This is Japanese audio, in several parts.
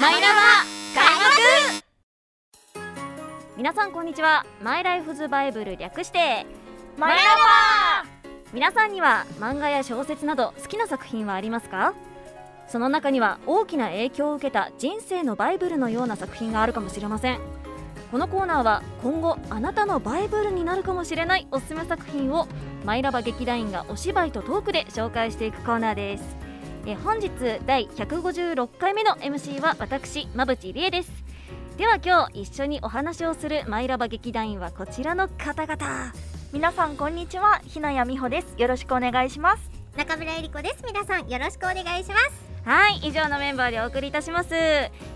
マイラバ開幕皆さんこんにちはマイライフズバイブル略してマイラバ皆さんには漫画や小説など好きな作品はありますかその中には大きな影響を受けた人生のバイブルのような作品があるかもしれませんこのコーナーは今後あなたのバイブルになるかもしれないおすすめ作品をマイラバ劇団員がお芝居とトークで紹介していくコーナーですえー本日第156回目の MC は私馬淵理恵ですでは今日一緒にお話をするマイラバ劇団員はこちらの方々皆さんこんにちはひなやみほですよろしくお願いします中村えり子です皆さんよろしくお願いしまはい以上のメンバーでお送りいたします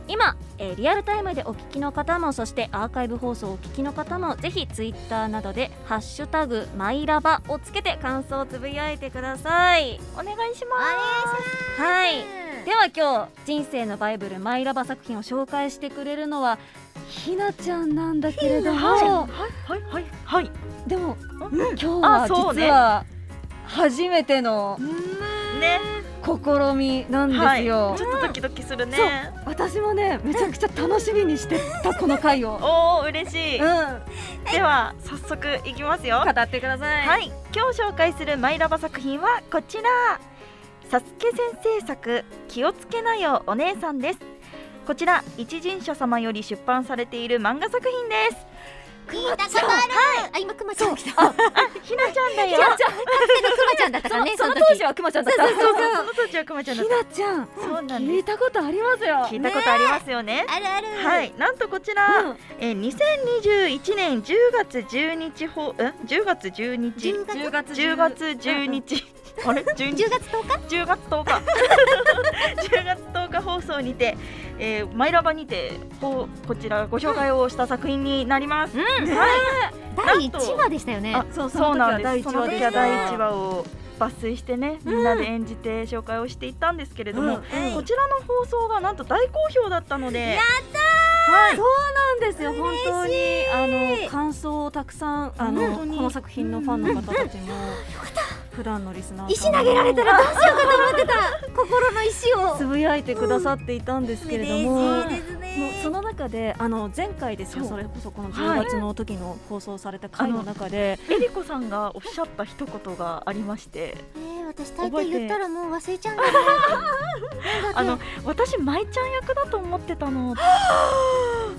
今、えーリアルタイムでお聞きの方もそしてアーカイブ放送をお聞きの方もぜひツイッターなどで「ハッシュタグマイラバ」をつけて感想をつぶやいてくださいお願いおします願いしますはいでは今日人生のバイブルマイラバ作品を紹介してくれるのはひなちゃんなんだけれどもはいはいはいでもうん今日はあそうね実は初めてのね試みなんですよ、ちょっとドキドキするねそ私もねめちゃくちゃ楽しみにしてたこの回を おお嬉しい、うん語では早速いきますよはってくださいい今日紹介するマイラバ作品はこちらサスケ先生作気をつけなよお姉さんですこちら一人者様より出版されている漫画作品です聞いたことあるあ今くまちゃん来たあひなちゃん だひなよちゃんくまちゃんだったからねそのその時の当時はくまちゃんだったそうそうそうその途中くまちゃんひだっなちゃんたそうなん聞でいたことありますよす聞いたことありますよねあるあるはい、なんとこちら、えー2021年10月10日放、え10月10日、 10月10月10月10日、あれ10 10日月10日10月10日、10月10日放送にて、えーマイラバにてここちらご紹介をした作品になります。うんはい、第一話でしたよねあそうそうなんです。そそのの時時はは第第一一話話を抜粋してね、みんなで演じて紹介をしていったんですけれども、うんこちらの放送がなんと大好評だったので、やはい、 そうなんですよ本嬉しい当にあの感想をたくさんあの本こ当にの作品のファンの方たちも普段のリスナーさんも石投げられたらどうしようかと思ってた心の石つをぶやいてくださっていたんですけれども、嬉しいですねもうその中であの前回ですよそうそれこそこの10はい月の時の放送された回の中で、えりこさんがおっしゃった一言がありまして、えー私大抵言ったらもう忘れちゃうんだねなんだあっけの私舞ちゃん役だと思ってたの。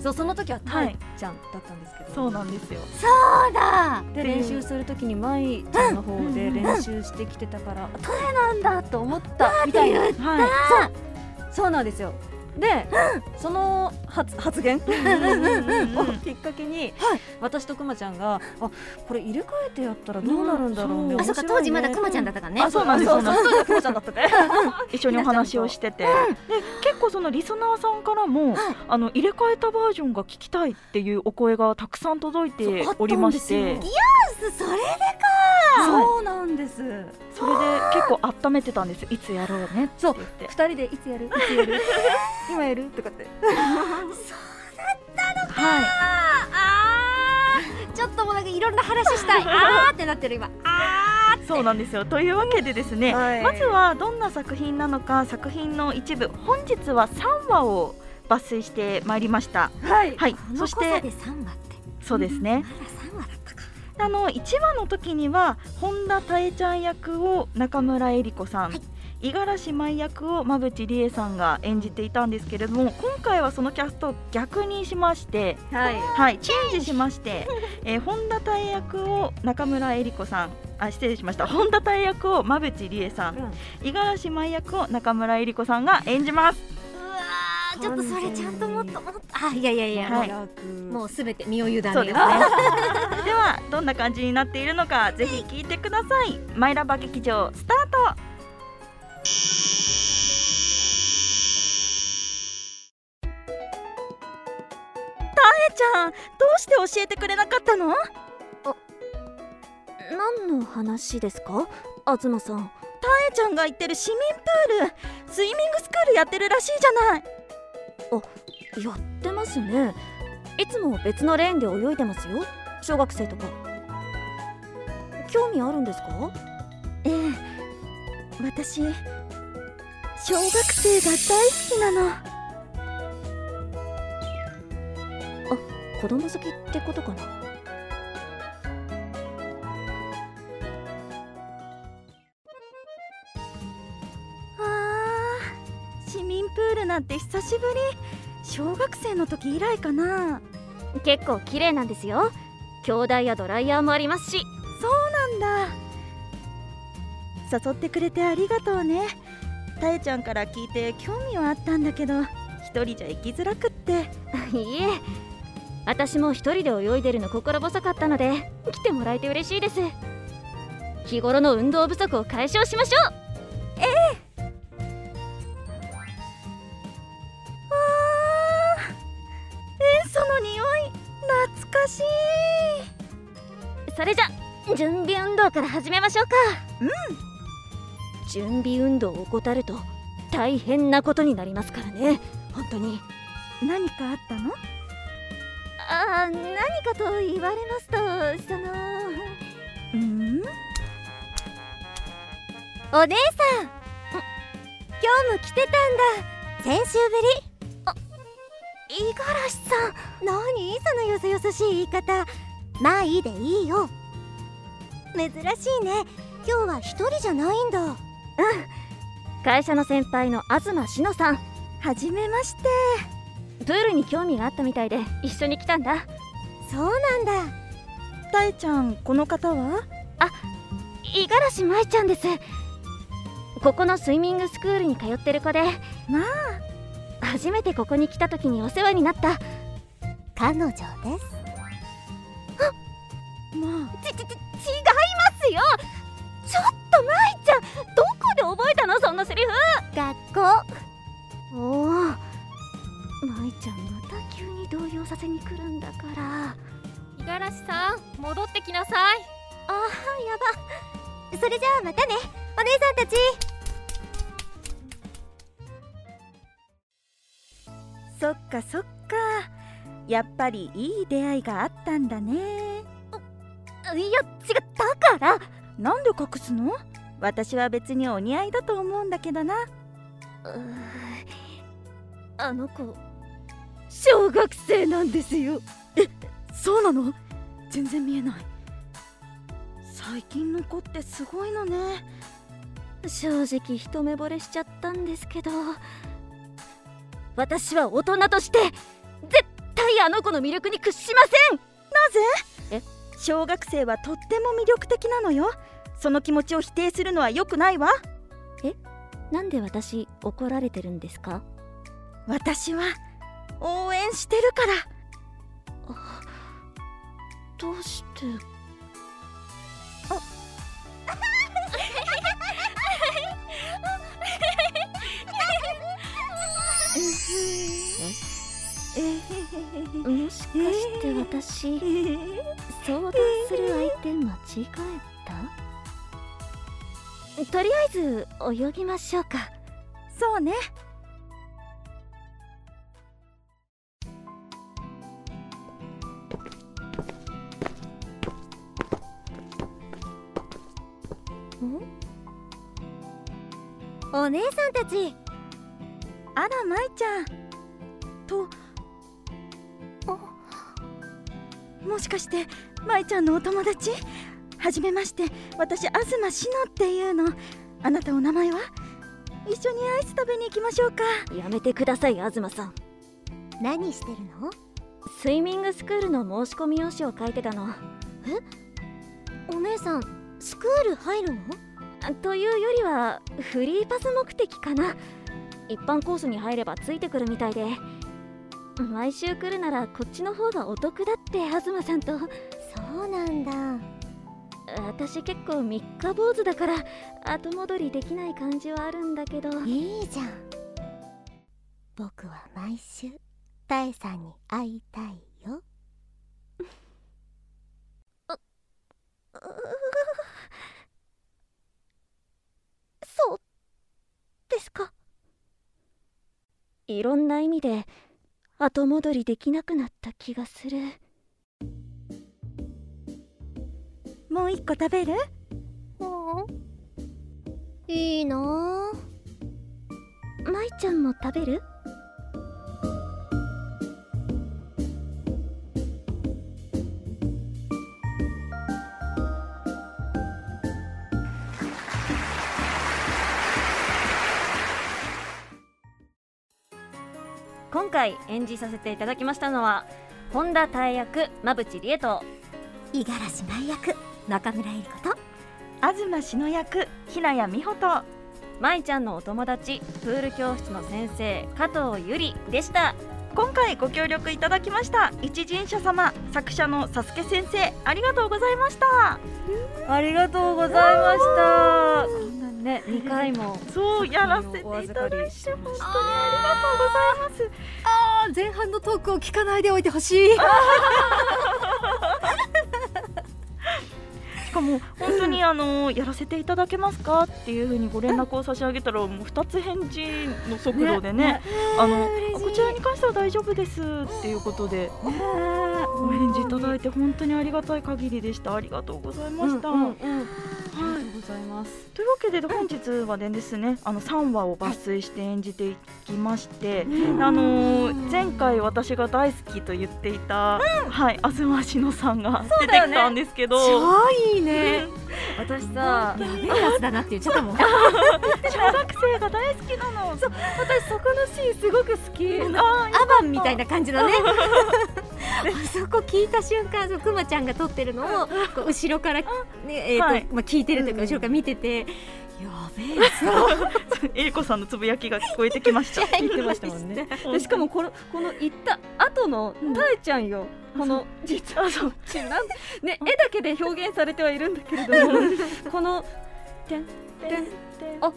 そうその時ははたいいちゃんだったんですけど、そうなんですよ。そうだで練習する時にまいちゃんの方で練習してきてたから、あトレなんだと思ったみたいなはい。そうそうなんですよで、その発発言を きっかけに、はい私とくまちゃんがあこれ入れ替えてやったらどうなるんだろうね、うんあそっか当時まだくまちゃんだっったからたねあそうなんですそうそうそうくまちゃんだったね一緒にお話をしてて、で結構そのリスナーさんからも、はいあの入れ替えたバージョンが聞きたいっていうお声がたくさん届いておりましそうあてったん、ですそれはいそうなんですそれで結構温めてたんです。いつやろうねって言って。二人でいつやるいつやる今やるとかってはい。あーちょっともうなんかいろんな話したいあーってなってる今あそうなんですよ。というわけでですね、はいまずはどんな作品なのか作品の一部本日は3話を抜粋してまいりました。はいはいーこ。のそ濃しさでて3話ってそうですねま。だ3話だったかあの1話の時には本田多恵ちゃん役を中村江里子さん、はい五十嵐舞役を馬淵理恵さんが演じていたんですけれども今回はそのキャストを逆にしまして、はいはい、チェンジし まして、えー本田多恵役を中村江里子さんあ失礼しました本田多恵役を馬淵理恵さん五十嵐舞役を中村江里子さんが演じます。うわーちょっとそれちゃんともっともっとあいやいやいや、はいもうすべて身を委ねよそうですね ではどんな感じになっているのかぜひ聞いてくださいマイラバ劇場スタートタエちゃんどうして教えてくれなかったの何の話ですか東さんタエちゃんが言ってる市民プールスイミングスクールやってるらしいじゃないやってますねいつも別のレーンで泳いでますよ小学生とか興味あるんですかええ私小学生が大好きなの子供好きってことかなあー市民プールなんて久しぶり小学生の時以来かな結構綺麗なんですよ兄弟やドライヤーもありますしなんだ誘ってくれてありがとうねたえちゃんから聞いて興味はあったんだけど一人じゃ行きづらくっていいえ私も一人で泳いでるの心細かったので来てもらえて嬉しいです日頃の運動不足を解消しましょうその匂い懐かしいそれじゃ準備運動から始めましょうかうん準備運動を怠ると大変なことになりますからね本当に何かあったのああ何かと言われますとそのうんお姉さん今日も来てたんだ先週ぶりあ五十嵐さん何そのよそよそしい言い方まあいいでいいよ珍しいね今日は一人じゃないんだ会社の先輩の東志乃さんはじめましてプールに興味があったみたいで一緒に来たんだそうなんだたえちゃんこの方は五十嵐舞ちゃんですここのスイミングスクールに通ってる子でまあ初めてここに来た時にお世話になった彼女ですまあちちち違いますよちょっと舞ちゃんどこで覚えたのそんなセリフ学校おお舞ちゃんまた急に動揺させに来るんだから五十嵐さん戻ってきなさいあーやばそれじゃあまたねお姉さんたちそっかそっかやっぱりいい出会いがあったんだねいや違うだからなんで隠すの私は別にお似合いだと思うんだけどなうーあの子小学生なんですよ そうなの全然見えない最近の子ってすごいのね正直一目惚れしちゃったんですけど私は大人として絶対あの子の魅力に屈しません小学生はとっても魅力的なのよその気持ちを否定するのは良くないわなんで私怒られてるんですか私は応援してるからどうしてえもしかして私へへ相談する相手間違えたとりあえず泳ぎましょうかそうねお姉さんたちあらまいちゃんともしかしてまいちゃんのお友達はじめまして私東しのっていうのあなたお名前は一緒にアイス食べに行きましょうかやめてください東さん何してるのスイミングスクールの申し込み用紙を書いてたのお姉さんスクール入るのというよりはフリーパス目的かな一般コースに入ればついてくるみたいで毎週来るならこっちの方がお得だって東さんとそうなんだ私結構三日坊主だから後戻りできない感じはあるんだけどいいじゃん僕は毎週タエさんに会いたいよそうですかいろんな意味で後戻りできなくなった気がするもう一個食べるいいな舞ちゃんも食べるあ今回演じさせていただきましたのは本田大役馬淵理恵と五十嵐舞役中村えり子と東篠役ひなやみほと舞ちゃんのお友達プール教室の先生加藤ゆりでした今回ご協力いただきました一人者様作者のサスケ先生ありがとうございましたありがとうございましたこんなね2回もそうやらせていお預たかだいりてしまし本当にありがとうございます前半のトークを聞かないでおいてほしいしかも本当にあのやらせていただけますかっていうふうにご連絡を差し上げたらもう二つ返事の速度でねあのあこちらに関しては大丈夫ですっていうことでお返事いただいて本当にありがたい限りでしたありがとうございました、うんうんはいうんありがとうございますというわけで本日はねですねあの3話を抜粋して演じていきまして、あのー前回私が大好きと言っていた、はい東篠さんが出てだよきねたんですけど、超いいうんね私さやべえやつだなって言っちゃったもん小学生が大好きなのそう私そこのシーンすごく好きあアバンみたいな感じのね あそこ聞いた瞬間そのくまちゃんが撮ってるのをこう後ろから、ねえーとはいまあ、聞いてるというか後ろから見てて、やべえやつだーえりこさんのつぶやきが聞こえてきました言ってましたもんねでしかもこのこの行った後のうんたえちゃんよ、この実はそうなんね絵だけで表現されてはいるんだけれども このてんてんああ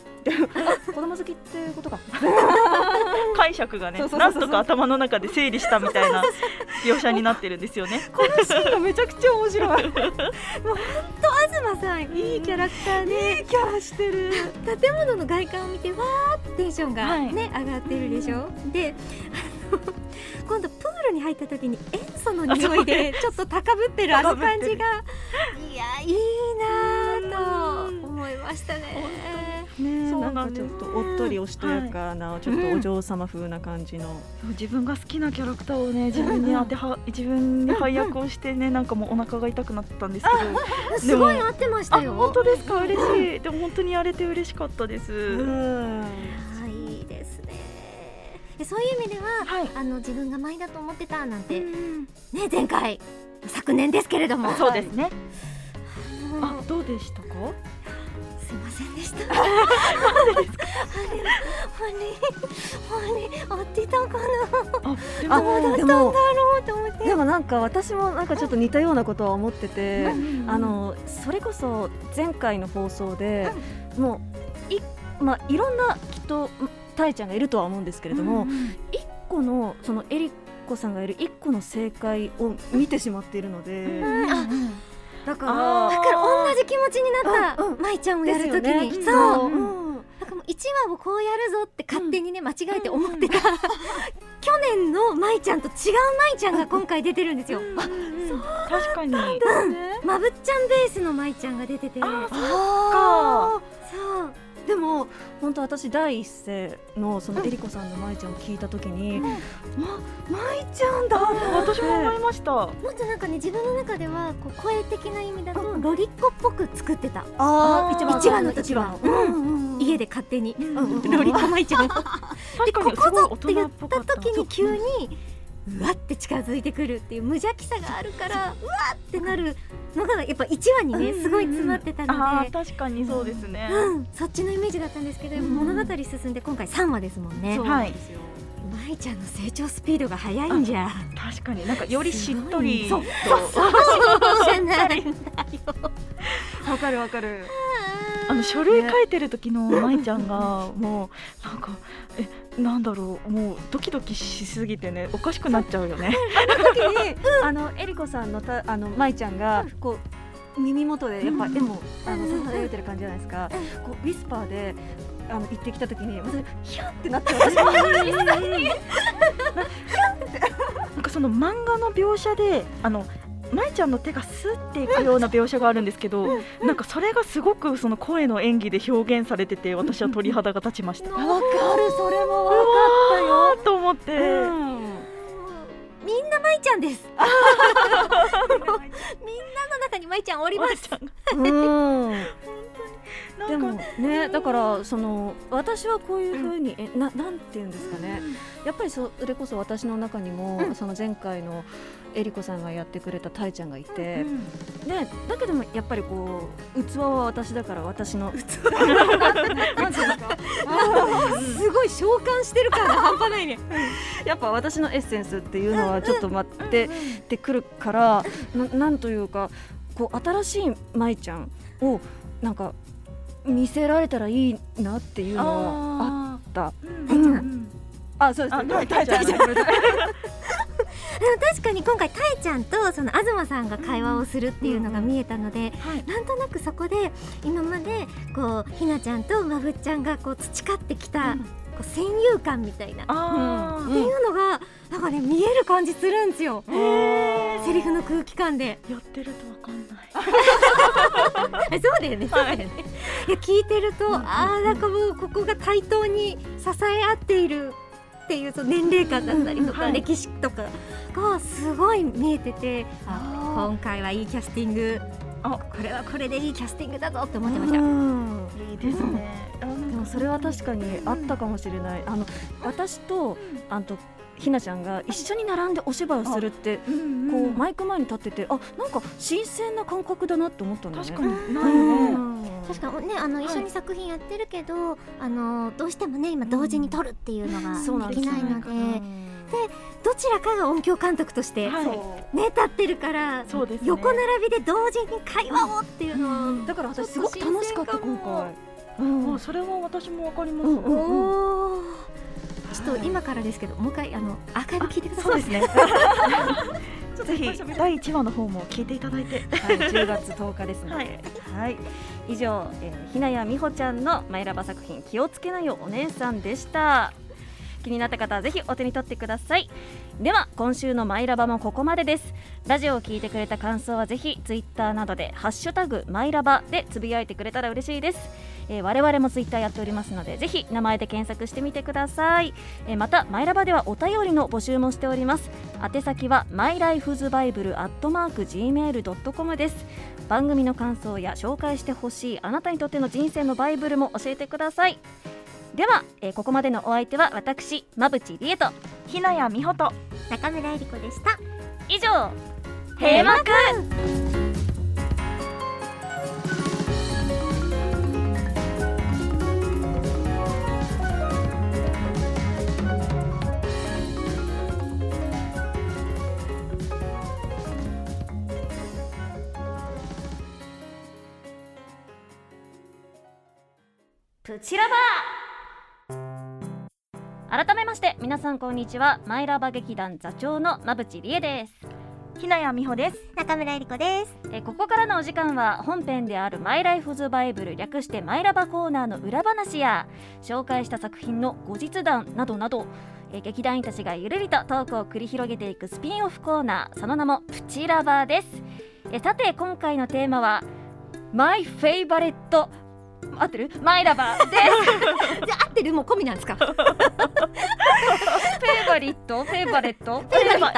子供好きっていうことか解釈がねそうそうそなうそんうとか頭の中で整理したみたい な描写になってるんですよね。 このシーンがめちゃくちゃ面白い東さんいいキャラクターねキャラしてる建物の外観を見てわーってテンションがはいね、上がってるでしょであの今度プールに入った時に塩素の匂いでちょっと高ぶってるあの感じがいやいいなぁと思いましたね。ねそうなんなかんでちすょっとおっとりおしとやかな、ちょっとお嬢様風な感じの、自分が好きなキャラクターをね自分に当ては自分で配役をしてねなんかもうお腹が痛くなったんですけすごい合ってましど。あたよ。本当ですか嬉しい。でも本当にやれて嬉しかったです。うんあいいですね。えそういう意味では、はいあの自分が前だと思ってたなんて、うねん前回昨年ですけれども、そうですね。もうあどうでしたか？すいませんでした。あれ、あれ、あれ、合ってたかあであもな。でもどうだったんだろうと思って。でもなんか私もなんかちょっと似たようなことは思ってて、うんあのそれこそ前回の放送で、もうい,、まあ、いろんなきっとたえちゃんがいるとは思うんですけれども、一個のそのえりこさんがいる一個の正解を見てしまっているので、うんあだからあーだから同じ気持ちになった、うんうんまいちゃんをやるときに、ですよねそう、きっとなんかもう一話をこうやるぞって勝手にね、間違えて思ってた、去年のまいちゃんと違うまいちゃんが今回出てるんですよ、あ確かに。まぶっちゃんベースのまいちゃんが出ててそあうそああーでも本当私第一声のそのえりこさんの舞ちゃんを聞いたときに、うんま舞ちゃんだと思って私も思いました。もっとなんかね自分の中ではこう声的な意味だとロリコっぽく作ってた、ああーー一話の時一話はのうん家で勝手に、んうんロリコまいちゃんを確でかこにすこごいぞっ大て人言っっぽかたった。時に急にうわって近づいてくるっていう無邪気さがあるからうわってなるのがやっぱ1話にねうんうんうんすごい詰まってたあのーで。確かにそうですね。うん、そっちのイメージだったんですけど、物語進んで今回3話ですもんねそうなんですよ、舞ちゃんの成長スピードが速いんじゃ確かになんかよりしっとりすごとい そうじゃないんだよわかるわかるあの書類書いてる時の舞ちゃんがもうなんかえなんだろうもうドキドキしすぎてねおかしくなっちゃうよね。時に、あのえりこさんのたあの舞ちゃんがこう耳元でやっぱ絵も、あのささやいてる感じじゃないですか、こうウィスパーであの言ってきた時にまずヒャンってなって私もなんかその漫画の描写であの舞ちゃんの手がスッていくような描写があるんですけど、なんかそれがすごくその声の演技で表現されてて私は鳥肌が立ちました。わかるそれもわわーと思って、みんな舞ちゃんです みんなの中に舞ちゃんおります舞ちゃんがうん、うん、でもねだからその私はこういうふうに、えななんていうんですかね、やっぱりそれこそ私の中にも、その前回のえりこさんがやってくれたたいちゃんがいて、ねだけどもやっぱりこう器は私だから私の器なんていうのかすごい召喚してる感が半端ないねやっぱ私のエッセンスっていうのはちょっと待ってってくるからななんというかこう新しい舞ちゃんをなんか見せられたらいいなっていうのはああった。ー、うんうんうんあ、そうあねはい大ちゃんでも確かに今回たえちゃんとその東さんが会話をするっていうのが見えたので、なんとなくそこで今までこうひなちゃんとまぶっちゃんがこう培ってきた、こう戦友感みたいな、っあー、うていうのがなんかね見える感じするんですよ。セリフの空気感でやってるとわかんない。えそうだよね、そうだよね。いや聞いてると、ああなんかもうここが対等に支え合っているっていうその年齢感だったりとうんか、うんはい歴史とかがすごい見えてて、あー今回はいいキャスティング。あこれはこれでいいキャスティングだぞって思ってました。んいいですね。あなんかでもそれは確かにあったかもしれない。あの私とあとひなちゃんが一緒に並んでお芝居をするって。うんうんこうマイク前に立っててあなんか新鮮な感覚だなって思ったんだよね確かになういね。ん確かにねあの、い一緒に作品やってるけどあのどうしてもね今同時に撮るっていうのそうながんでできすないので,、どちらかが音響監督として、はいね立ってるから、そうですね横並びで同時に会話をっていうのは、だから私すごく楽しかったち今ょっと新鮮かも回うんもうそれは私もわかります。うんうんおお。ちょっと今からですけど、もう一回あのアーカイブ聞いてください。そうですね。ぜひ第一話の方も聞いていただいて。はい10月10日ですので、ははいい以上、えー、ひなやみほちゃんの「マイラバ作品気をつけなよお姉さん」でした気になった方はぜひお手に取ってくださいでは今週の「マイラバ」もここまでですラジオを聞いてくれた感想はぜひツイッターなどで「ハッシュタグマイラバ」でつぶやいてくれたら嬉しいです、えー、我々もツイッターやっておりますのでぜひ名前で検索してみてください、えー、また「マイラバ」ではお便りの募集もしております宛先は mylifesbible.gmail.com です番組の感想や紹介してほしいあなたにとっての人生のバイブルも教えてくださいでは、えーここまでのお相手は私馬淵理恵とひなやみほと。中村えり子でした。以上閉幕プチラバー改めまして皆さんこんにちはマイラバ劇団座長の馬淵理恵ですひなやみほです。中村えり子です。えーここからのお時間は本編である「マイライフズバイブル」略して「マイラバ」コーナーの裏話や紹介した作品の後日談などなど、えー劇団員たちがゆるりとトークを繰り広げていくスピンオフコーナーその名も「プチラバ」です、えーさて今回のテーマは「マイ・フェイバレット」合ってるマイラバーですじゃあ合ってるもう込みなんですか。フェイバリットフェイバレット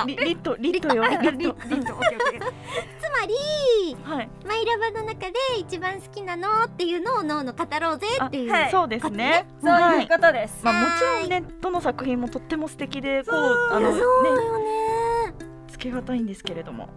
リリットリットよ。リ ット。つまりはい。マイラバの中で一番好きなのっていうのを脳の語ろうぜっていう。あそうですね。 そうはいうい。ことです、まあもちろんねどの作品もとっても素敵でこうあのねよね。つけがたいんですけれども。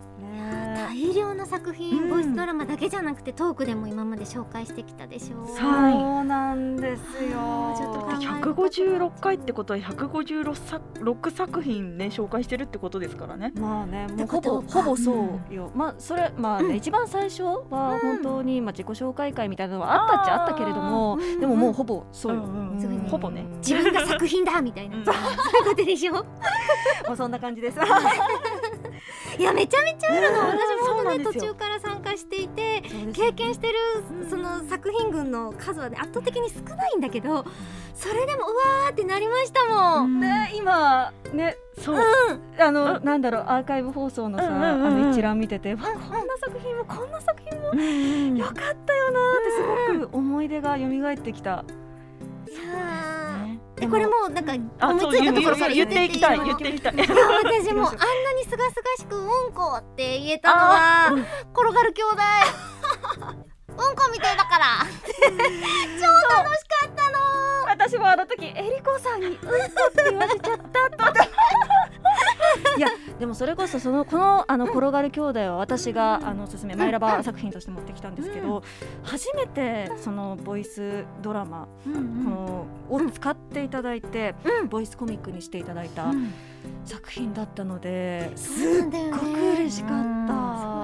大量の作品、うんボイスドラマだけじゃなくてトークでも今まで紹介してきたでしょう。はいそうなんですよちょっと考えて156回ってことは156作6作品ね紹介してるってことですからね。まあね、もうてこほぼとかほぼそうよ。まあそれまあね、一番最初は本当にまあ自己紹介会みたいなのはあったっちゃあったけれどもあー、でももうほぼそうよ。うんうんうんすごいねほぼね自分が作品だみたいな、うんそういうことでしょまあそんな感じです。いやめちゃめちゃあるの私もそう本な当ねんで途すよ中から参加していて 経験してるうんその作品群の数はね圧倒的に少ないんだけどそれでもうわーってなりましたもん、ね今ねそうあのなんだろうアーカイブ放送のうんうんさあうんうんの一覧見てて、わこんな作品もこんな作品もうんよかったよなーってすごく思い出が蘇ってきた。いやねーでこれもうなんかあ思いそうついたところ言からう言う言っていきたいの言っていきたい。いや私もうあんなにすがすがしく「うんこ」って言えたのは転がる兄弟うんこみたいだ から超楽しかったの私もあの時えりこさんにうんこって言わせちゃったといやでもそれこそそのこのあの転がる兄弟は私があのおすすめマイラバー作品として持ってきたんですけど、初めてそのボイスドラマ、このを使っていただいて、ボイスコミックにしていただいた作品だったので、そうなんだよすっごく嬉しかっ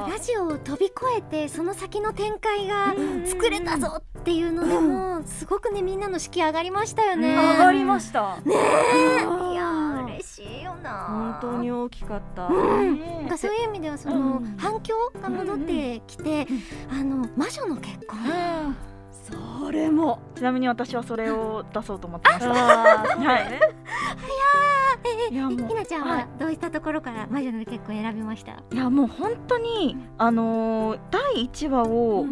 た。ラジオを飛び越えてその先の展開が作れたぞっていうのでもすごくねみんなの式上がりましたよね。上がりました。ねいいやーしい。嬉しいよな本当に大きかった。なんかそういう意味ではそのうん反響が戻ってきて、あの魔女の結婚、それも。ちなみに私はそれを出そうと思ってましたはいええいやもうひなちゃんははいどういったところから魔女の結婚選びました、いやもう本当にあのー第1話を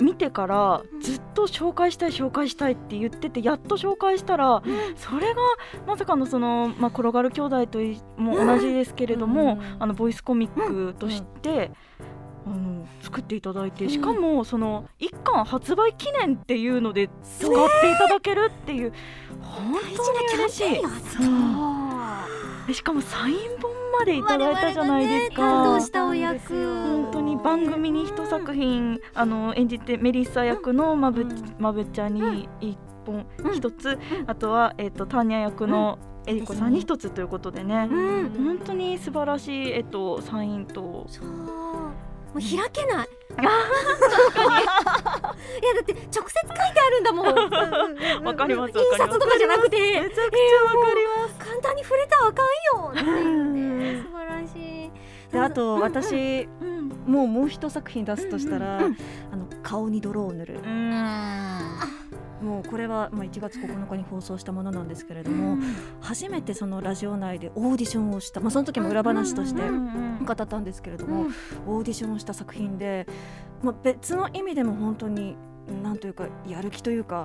見てからずっと紹介したい紹介したいって言っててやっと紹介したらそれがまさかのその、まあ、転がる兄弟といも同じですけれども、うんあのボイスコミックとして、あの作っていただいてしかもその1巻発売記念っていうので使っていただけるっていう、本当に嬉しいよそうでしかもサイン本までいただいたじゃないですか。我々がね担当したお役本当に番組に一作品あの演じてメリッサ役のまぶ,、うんまぶっちゃんに一本うん一つ、あとは、えっとターニャ役のえりこさんに一つということでね、うん本当に素晴らしい、えっとサインとそうもう開けない いやだって直接書いてあるんだ もんわかります印わかります刷とかじゃなくてめちゃくちゃわかります、簡単に触れたらあかんよって言って素晴らしいであと私うんもうもう一作品出すとしたら、うんうあの顔に泥を塗る。あもうこれはまあ1月9日に放送したものなんですけれども、初めてそのラジオ内でオーディションをした、まあ、その時も裏話としてうんうんうん語ったんですけれども、オーディションをした作品で、まあ、別の意味でも本当になんというかやる気というか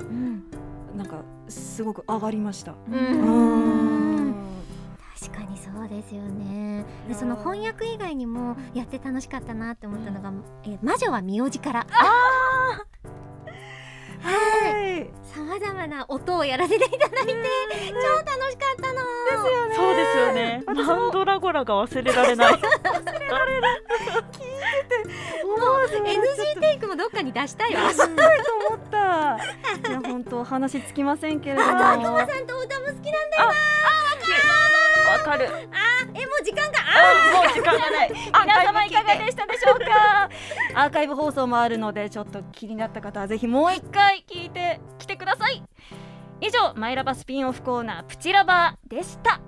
なんかすごく上がりました。ううーんん確かにそうですよねでその翻訳以外にもやって楽しかったなって思ったのが「え魔女は名字から」はいさまざまな音をやらせていただいて、超楽しかったのそうですよねマンドラゴラが忘れられないもう NG テイクもどっかに出したいわと思った。いや本当お話つきませんけれども。ち ゃんとお歌も好きなんだわかるえもう時間がもう時間がない 皆様いかがでしたでしょうか アーカイブ放送もあるのでちょっと気になった方はぜひもう一回聞いてきてください以上マイラバスピンオフコーナープチラバーでした